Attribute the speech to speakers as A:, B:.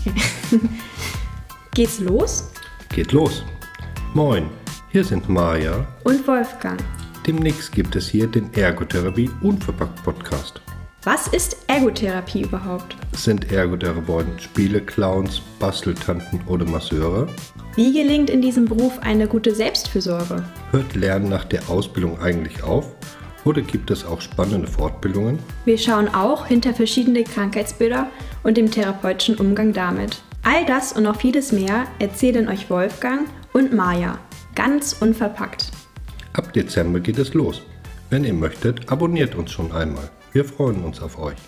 A: Okay. Geht's los?
B: Geht los. Moin, hier sind Maja.
A: Und Wolfgang.
B: Demnächst gibt es hier den Ergotherapie Unverpackt Podcast.
A: Was ist Ergotherapie überhaupt?
B: Sind Ergotherapeuten Spieleclowns, Basteltanten oder Masseure?
A: Wie gelingt in diesem Beruf eine gute Selbstfürsorge?
B: Hört Lernen nach der Ausbildung eigentlich auf? Oder gibt es auch spannende Fortbildungen?
A: Wir schauen auch hinter verschiedene Krankheitsbilder und dem therapeutischen Umgang damit. All das und noch vieles mehr erzählen euch Wolfgang und Maja. Ganz unverpackt.
B: Ab Dezember geht es los. Wenn ihr möchtet, abonniert uns schon einmal. Wir freuen uns auf euch.